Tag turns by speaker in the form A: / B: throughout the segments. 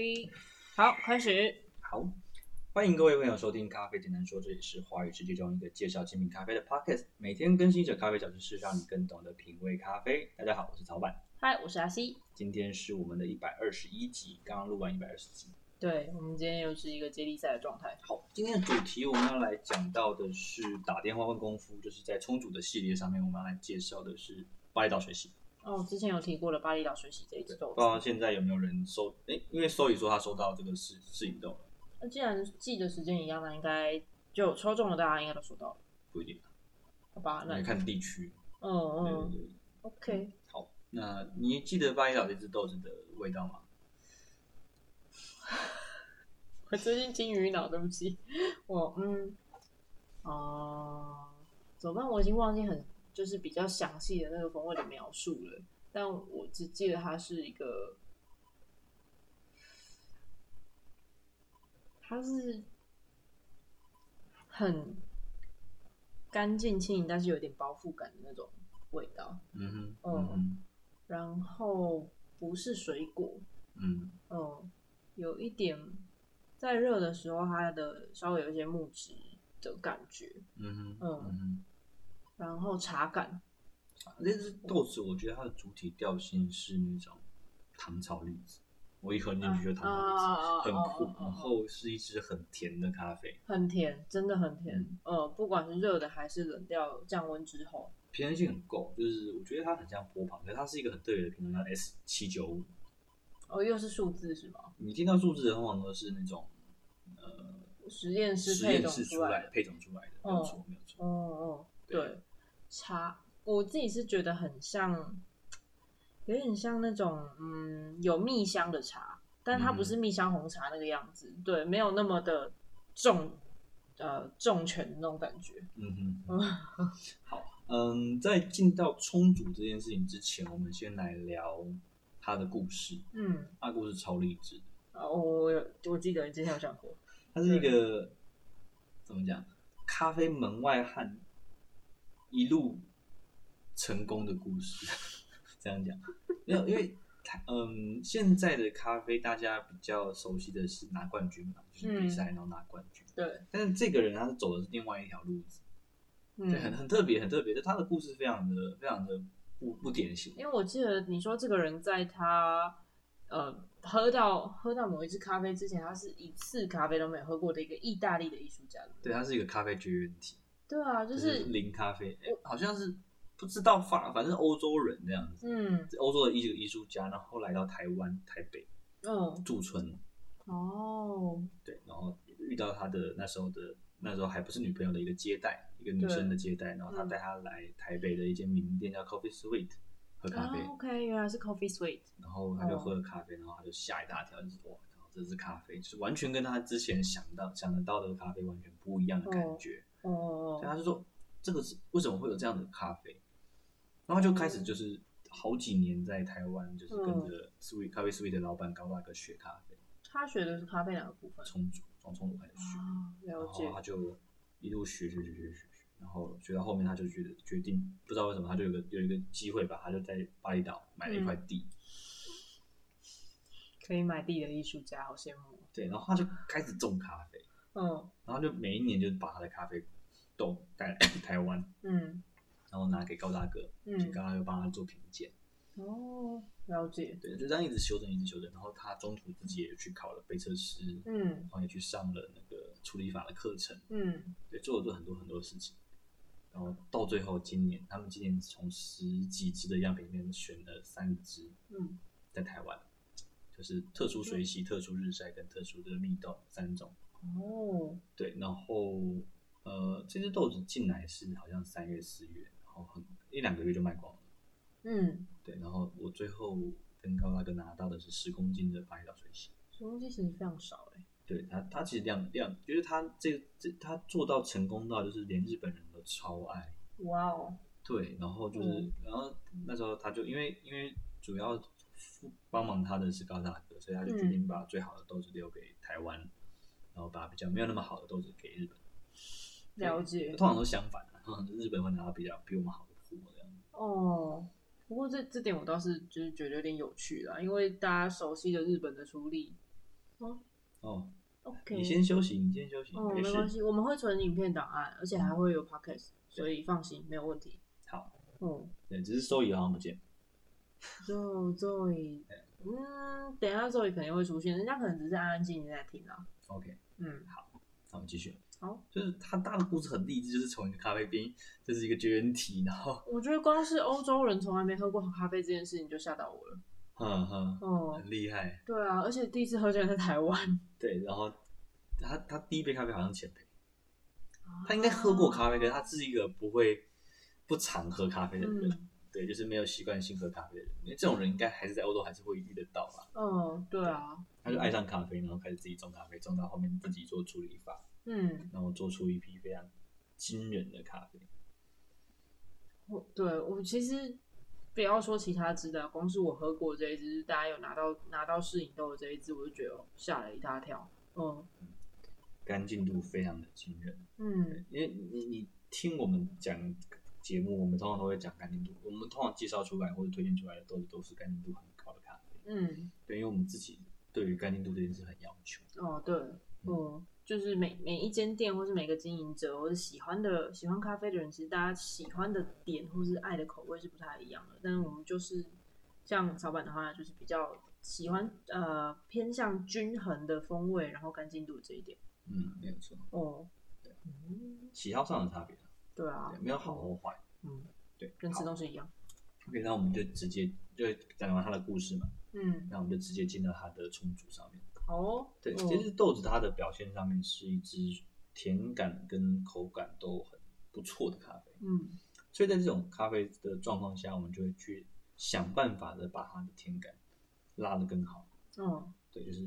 A: 一，好，开始。
B: 好，欢迎各位朋友收听《咖啡简单说》，这里是华语世界中一个介绍精品咖啡的 podcast，每天更新一首咖啡小知识，让你更懂得品味咖啡。大家好，我是曹板，
A: 嗨，我是阿西。
B: 今天是我们的一百二十一集，刚刚录完一百二十集。
A: 对我们今天又是一个接力赛的状态。
B: 好，今天的主题我们要来讲到的是打电话问功夫，就是在冲煮的系列上面，我们要来介绍的是巴厘岛水洗。
A: 哦，之前有提过了巴厘岛水洗这一
B: 对
A: 支
B: 不
A: 豆
B: 知道现在有没有人收？哎，因为搜宇说他收到这个试试饮豆了，
A: 那既然记的时间一样，那应该就有抽中的，大家应该都收到了，
B: 不一定，
A: 好吧？那
B: 来看地区。
A: 嗯
B: 对对
A: 嗯
B: 对。
A: ，OK，
B: 好，那你记得巴厘岛这只豆子的味道吗？
A: 我最近金鱼脑，对不起， 我嗯，哦、怎么办？我已经忘记很就是比较详细的那个风味的描述了，但我只记得它是一个，它是很干净轻盈，但是有点饱腹感的那种味道，
B: 嗯哼，
A: 嗯
B: 嗯
A: 然后不是水果，
B: 哼嗯
A: 嗯，有一点在热的时候，它的稍微有一些木质的感觉，
B: 嗯哼，
A: 嗯
B: 嗯
A: 然后茶感，
B: 哼，这只豆子我觉得它的主体调性是那种糖炒栗子，我一喝进去就糖炒栗子，很
A: 啊
B: 苦
A: 啊啊，啊
B: 然后是一支很甜的咖啡，
A: 很甜，真的很
B: 嗯
A: 甜。呃，不管是热的还是冷掉降温之后，
B: 平衡性很够，就是我觉得它很像波旁，可是它是一个很特别的品种，叫 S 七九五。
A: 哦，又是数字是吗？
B: 你听到数字的通常都是那种呃
A: 实验室
B: 实
A: 配
B: 验
A: 种
B: 室
A: 出
B: 出
A: 来
B: 来的
A: 的。
B: 配种出来的，没有错没有错。
A: 哦哦，
B: 对
A: 对，茶，我自己是觉得很像，有点像那种嗯有蜜香的茶，但它不是蜜香红茶那个样子，对，没有那么的重，呃重拳的那种感觉。
B: 嗯哼， 好，嗯，在进到冲煮这件事情之前，我们先来聊他的故事。
A: 嗯，
B: 他的故事超励志的，
A: 啊，我我有我记得你之前有讲过，
B: 他是一个怎么讲，咖啡门外汉一路成功的故事。这样讲，没有，因为他嗯，现在的咖啡大家比较熟悉的是拿冠军嘛，就是比赛然后拿冠军。
A: 对，
B: 但是这个人他是走的是另外一条路子，对，很
A: 嗯，
B: 很特别，很特别。就他的故事非常的非常的不不典型。
A: 因为我记得你说这个人在他呃喝到喝到某一支咖啡之前，他是一次咖啡都没有喝过的一个意大利的艺术家，
B: 对，它是一个咖啡绝缘体，
A: 对啊，就
B: 就是是零咖啡，诶好像是不知道法，反正是欧洲人这样子，
A: 嗯
B: 欧洲的一个艺术家，然后来到台湾台北
A: 嗯
B: 驻村，
A: 哦，
B: 对，然后遇到他的那时候的那时候还不是女朋友的一个接待，一个女生的接待，然后他
A: 嗯
B: 带她来台北的一间名店叫 Coffee Sweet 喝咖啡，
A: 啊，OK，原来是 Coffee Sweet，
B: 然后
A: 嗯
B: 他就喝了咖啡，然后他就吓一大跳，就是哇靠，这是咖啡，就是完全跟他之前想到想得到的咖啡完全不一样的
A: 嗯
B: 感觉。
A: 哦
B: 对，他就啊说这个是为什么会有这样的咖啡，然后他就开始就是好几年在台湾，就是跟
A: 嗯
B: 着 Sweet、咖啡 Sweet 的老板高大哥学咖啡，
A: 他学的是咖啡哪个部分？
B: 冲煮从冲煮开始学，
A: 啊，了
B: 然
A: 解
B: 后，他就一路学学学学学学，然后学到后面他就觉得决定不知道为什么他就有个有一个机会吧，他就在巴厘岛买
A: 嗯
B: 了一块地，
A: 可以买地的艺术家，好羡慕。
B: 对，然后他就开始种咖啡，
A: 嗯
B: 然后就每一年就把他的咖啡豆带来台湾，
A: 嗯
B: 然后拿给高大哥，请
A: 嗯，
B: 高大哥帮他做评鉴。
A: 哦，了解，
B: 对，就这样一直修正，一直修正。然后他中途自己也去考了背测师，
A: 嗯
B: 然后也去上了那个处理法的课程，
A: 嗯
B: 对，做了做很多很多事情。然后到最后，今年他们今年从十几只的样品里面选了三只
A: 嗯，
B: 在台湾，就是特殊水洗、特殊日晒跟特殊的蜜豆三种。
A: 哦，
B: 对，然后呃，这只豆子进来是好像三月、四月，然后很一两个月就卖光了。
A: 嗯，
B: 对，然后我最后跟高大哥拿到的是十公斤的巴厘岛水洗。
A: 什么东西其实非常少哎。
B: 对他，他其实量量，就是他这这他做到成功到就是连日本人都超爱。
A: 哇哦，
B: 对，然后就是，
A: 嗯
B: 然后那时候他就因为因为主要帮忙他的是高大哥，所以他就决定把最好的豆子留给台湾，然后把比较没有那么好的豆子给日本。
A: 了解
B: 通常都相反、啊，通常日本会拿到比较比我们好的货这样。
A: 哦。不过这这点我倒是就是觉得有点有趣啦，因为大家熟悉的日本的处理哦
B: 哦，
A: OK，
B: 你先休息，你先休息，
A: 哦，
B: 没
A: 没
B: 事
A: 关系，我们会存影片档案，而且还会有 podcast，所以放心，没有问题。
B: 嗯好，
A: 哦，
B: 对，只是收益好像不见。
A: 就 Zoe，嗯，等一下 Zoe 肯定会出现，人家可能只是安安静静在听啦。
B: OK，
A: 嗯，
B: 那我们继续。
A: 好，
B: 就是他大的故事很励志，就是从一个咖啡边，这是一个绝缘体，然后，
A: 我觉得光是欧洲人从来没喝过咖啡这件事情就吓到我了。
B: 哼哼，
A: 哦，
B: 很厉害。
A: 对啊，而且第一次喝竟然在台湾，
B: 对，然后他他第一杯咖啡好像浅焙，他应该喝过咖啡，可是他是一个不会不常喝咖啡的人，
A: 嗯，
B: 对，就是没有习惯性喝咖啡的人。因为这种人应该还是在欧洲还是会遇得到吧。
A: 哦，对啊，
B: 他就爱上咖啡，然后开始自己种咖啡，种到后面自己做处理法，
A: 嗯，
B: 然后做出一批非常惊人的咖啡。
A: 我对我其实不要说其他支的，啊光是我喝过这一支，大家有拿到拿到试饮豆的这一支，我就觉得哦吓了一大跳。嗯
B: 干净度非常的惊人。
A: 嗯
B: 因为你你听我们讲节目，我们通常都会讲干净度，我们通常介绍出来或者推荐出来的都是都是干净度很高的咖啡。
A: 嗯，
B: 对，因为我们自己对于干净度这件事很要求。
A: 哦对，嗯，就是每每一间店或是每个经营者或是喜欢的喜欢咖啡的人，其实大家喜欢的点或是爱的口味是不太一样的。但是我们就是像草板的话，就是比较喜欢呃偏向均衡的风味，然后干净度这一点。
B: 嗯，没有错，
A: 哦，嗯，
B: 喜好上的差别啊，
A: 对啊
B: 对，，没有好或坏。
A: 嗯，
B: 对，
A: 跟吃
B: 好
A: 东西一样。
B: OK，那我们就直接就讲完他的故事嘛，
A: 嗯，
B: 那我们就直接进到他的冲煮上面。
A: 好哦。
B: 对，
A: 嗯
B: 其实豆子它的表现上面是一支甜感跟口感都很不错的咖啡，
A: 嗯
B: 所以在这种咖啡的状况下，我们就会去想办法的把它的甜感拉得更好。
A: 哦，
B: 对，就是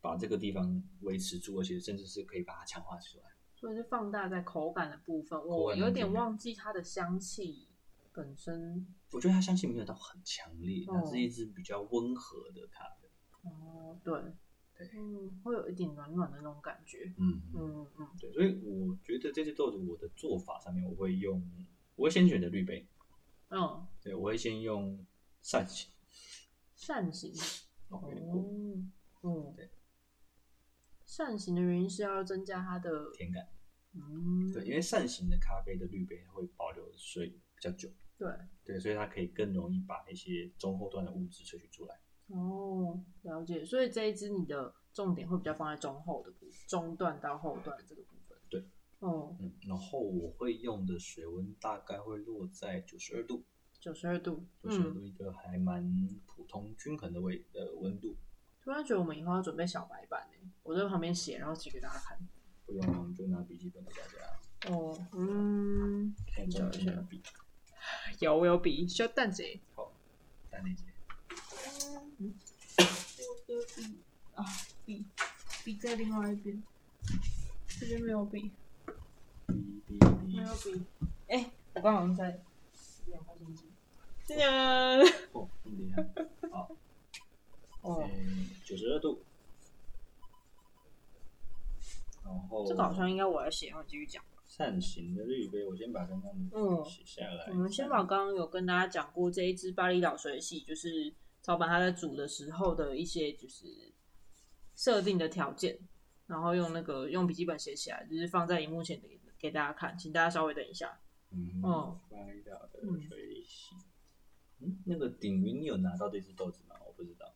B: 把这个地方维持住，而且甚至是可以把它强化出来。
A: 所以是放大在口感的部分，
B: 口
A: 我
B: 感
A: 有
B: 跟
A: 点
B: 甜感
A: 忘记它的香气本身。
B: 我觉得它香气没有到很强烈，它
A: 哦
B: 是一支比较温和的咖啡。
A: 哦，对，
B: 对
A: 嗯，会有一点软软的那种感觉。
B: 嗯
A: 嗯嗯
B: 对，所以我觉得这支豆子我的做法上面，我会用，我会先选择滤杯，
A: 嗯，
B: 对我会先用扇形。
A: 扇形。
B: 哦
A: 哦
B: 有点过，
A: 嗯
B: 对，
A: 扇形的原因是要增加它的，
B: 甜感。
A: 嗯，
B: 对，因为扇形的咖啡的滤杯它会保留水比较久，
A: 对，
B: 对，所以它可以更容易把一些中后段的物质萃取出来。
A: 哦，了解。所以这一支你的重点会比较放在中后的部中段到后段这个部分。
B: 对，
A: 哦，
B: 嗯，然后我会用的水温大概会落在九十二度，
A: 九十二度，
B: 九十二
A: 嗯，
B: 度一个还蛮普通均衡的温呃温度，
A: 突然觉得我们以后要准备小白板呢，我在旁边写，然后写给大家看。
B: 不用就拿笔记本给大家。
A: 哦，嗯，
B: 看中间有笔，
A: 有我有笔，稍等者。
B: 在那节。
A: 嗯，我的笔啊，笔笔在另外一边，这边没有笔，
B: 哔哔
A: 没
B: 哔
A: 有笔。哎、我刚好像在两块钱机。这个
B: 哦，这么厉害！
A: 哦，
B: 九十二度，然后
A: 这个好像应该我来写，然后你继续讲。
B: 扇形的滤杯，我先把刚刚
A: 嗯
B: 的写下来。
A: 我们先把刚刚有跟大家讲过这一支巴厘岛水洗，就是草板它在煮的时候的一些就是设定的条件，然后用那个用笔记本写起来，就是放在荧幕前给给大家看，请大家稍微等一下。
B: 嗯
A: 哦，
B: 歪掉的水洗。嗯，那个鼎云，你有拿到这只豆子吗？我不知道。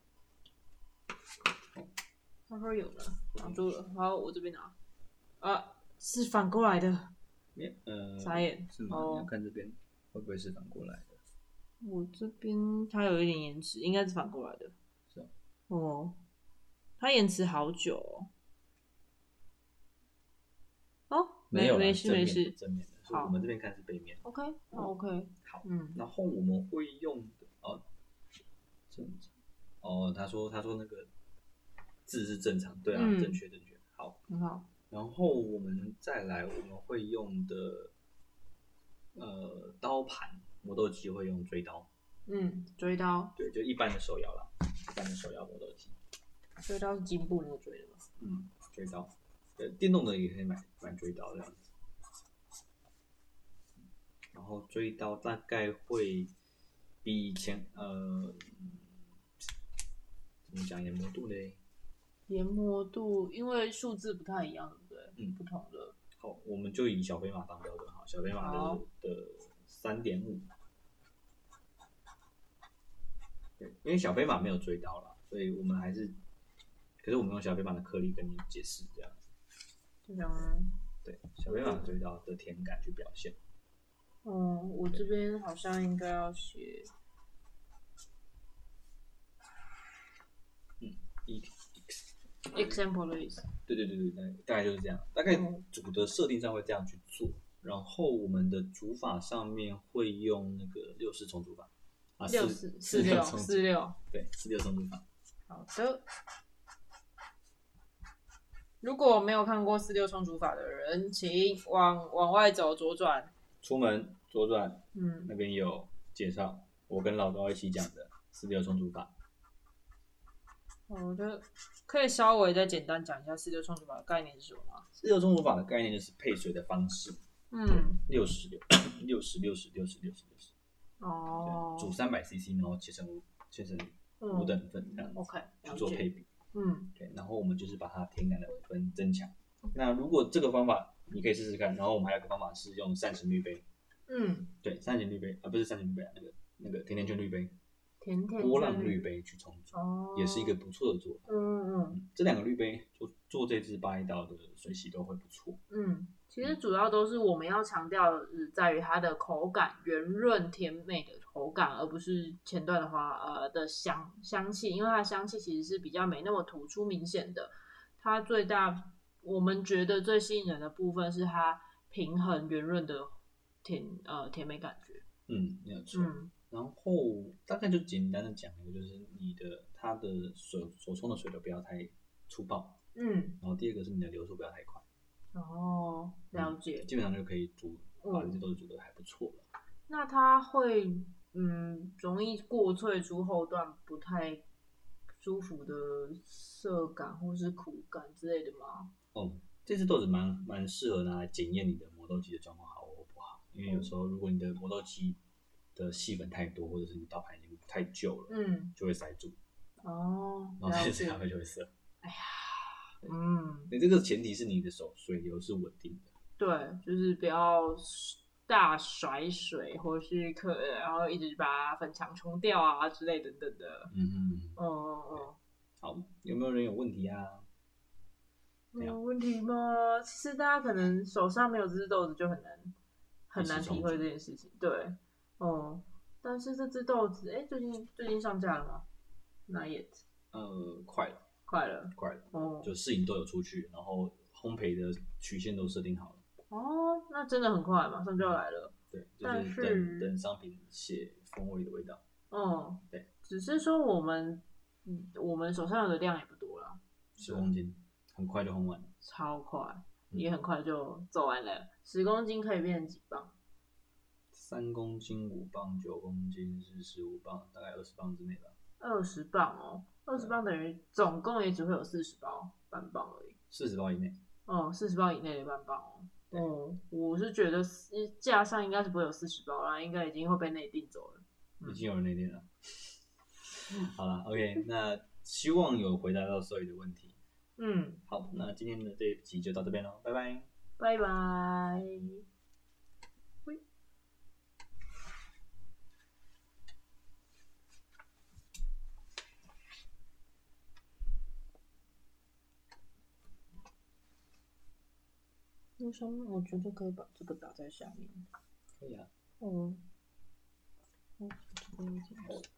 A: 他说有了，
B: 嗯
A: 拿住了，好，我这边拿。啊，是反过来的，
B: 没，呃，
A: 傻眼。
B: 是吗？
A: 哦
B: 你要看这边会不会是反过来的？
A: 我这边它有一点延迟，应该是反过来的。
B: 是哦
A: 哦，它延迟好久哦。哦，没
B: 呃有啦，
A: 没事
B: 正
A: 没
B: 面
A: 事
B: 正面的。所以
A: 好
B: 我们这边看是背面。
A: ，OK，那 OK，
B: 好，
A: 嗯，
B: 然后我们会用的哦，正常。哦，他说他说那个字是正常，对啊，
A: 嗯
B: 正确正确。好，
A: 很好。
B: 然后我们再来，我们会用的呃刀盘，磨豆机会用锥刀。
A: 嗯，追刀，
B: 对，就一般的手摇啦，一般的手摇磨豆机，
A: 追刀是进步那个追的吗？
B: 嗯，追刀，呃，电动的也可以买买追刀这样子。然后追刀大概会比以前呃，嗯怎么讲研磨度嘞？
A: 研磨度，因为数字不太一样，对不对？
B: 嗯
A: 不同的。
B: 好，我们就以小飞马当标准好，小飞马
A: 好
B: 的的三点五，对，因为小飞马没有追到啦，所以我们还是，可是我们用小飞马的颗粒跟你解释这样，
A: 就像，
B: 对，小飞马追到的甜感去表现，
A: 嗯，我这边好像应该要写，嗯
B: 一
A: example 的意思。
B: 对对对对，大概大概就是这样，大概
A: 嗯
B: 组的设定上会这样去做，然后我们的组法上面会用那个六四重组法，啊，
A: 六
B: 四
A: 四四六
B: 重组
A: 四，六，
B: 对，四六重组法，
A: 好的。如果没有看过四六冲煮法的人，请往往外走，左转。
B: 出门左转
A: 嗯，
B: 那边有介绍，我跟老高一起讲的四六冲突法。
A: 好的，可以稍微再简单讲一下四六冲煮法的概念是什么吗？
B: 四六冲突法的概念就是配水的方式，
A: 嗯，
B: 六十六 六十六十六十六十六十，
A: 哦
B: 对，煮三百 CC，然后切成五切成五
A: 嗯
B: 等份这样子
A: ，OK，
B: 去
A: 了
B: 做配
A: 解。
B: 比。
A: 嗯，
B: 对，然后我们就是把它甜感的部分增强。那如果这个方法你可以试试看，然后我们还有一个方法是用膳食滤杯，
A: 嗯，
B: 对，膳食滤杯啊不是膳食滤杯啊，那个那个甜甜圈滤杯、
A: 甜甜
B: 波浪
A: 圈
B: 滤，杯去冲煮，
A: 哦，
B: 也是一个，不错的做法。
A: 嗯嗯
B: 这两个滤杯做做这支八一刀的水洗都会不错。
A: 嗯，其实主要都是我们要强调的是在于它的口感圆润甜美的口感，而不是前段的话呃的香香气，因为它的香气其实是比较没那么突出明显的。它最大我们觉得最吸引人的部分是它平衡圆润的甜呃甜美感觉。
B: 嗯，没有错。
A: 嗯
B: 然后大概就简单的讲一个，就是你的它的水所冲的水流不要太粗暴，
A: 嗯，
B: 然后第二个是你的流速不要太快，
A: 然后了解。
B: 基本上就可以煮，
A: 嗯
B: 把这些都煮的还不错了。
A: 那它会嗯容易过萃出后段不太舒服的涩感或是苦感之类的吗？
B: 哦，这支豆子蛮蛮适合拿来检验你的磨豆机的状况好或不好，因为
A: 嗯
B: 有时候如果你的磨豆机的细粉太多，或者是你刀盘已经太旧了，
A: 嗯，
B: 就会塞住，
A: 哦，
B: 然后
A: 了
B: 这支
A: 解
B: 茶。会就会涩。
A: 嗯，
B: 你这个前提是你的手水流是稳定的，
A: 对，就是不要大甩水，或是可然后一直把粉墙冲掉啊之类等等的。
B: 嗯嗯，
A: 嗯嗯
B: 好，有没有人有问题啊？
A: 嗯，
B: 没有
A: 有问题吗？其实大家可能手上没有这只豆子，就很难很难体会这件事情。对，哦、但是这只豆子，哎、最近最近上架了吗？Not yet，
B: 呃，快了，
A: 快了。
B: 快了，
A: 哦、
B: 就事情都有出去，然后烘焙的曲线都设定好了，
A: 哦，那真的很快，马上就要来了。
B: 对，就
A: 但
B: 是
A: 是
B: 等等商品写风味的味道，
A: 哦、
B: 对，
A: 只是说我们嗯我们手上有的量也不多了，
B: 十公斤，很快就烘完了，
A: 超快，
B: 嗯
A: 也很快就做完了。十公斤可以变成几磅？
B: 三公斤、五磅、九公斤是十五磅，大概二十磅之内吧，
A: 二十磅哦，二十磅等于总共也只会有四十包半磅而已。
B: 四十磅以内，
A: 哦，四十包以内的半包哦。哦，我是觉得是架上应该是不会有四十包啦，应该已经会被内定走了。嗯
B: 已经有人内定了。 好了，OK，那希望有回答到所有的问题。
A: 嗯，
B: 好，那今天的这一集就到这边喽，拜拜。
A: 拜拜。为什么我觉得可以把这个打在下面？嗯
B: 可以啊。
A: 哦，我这个要这样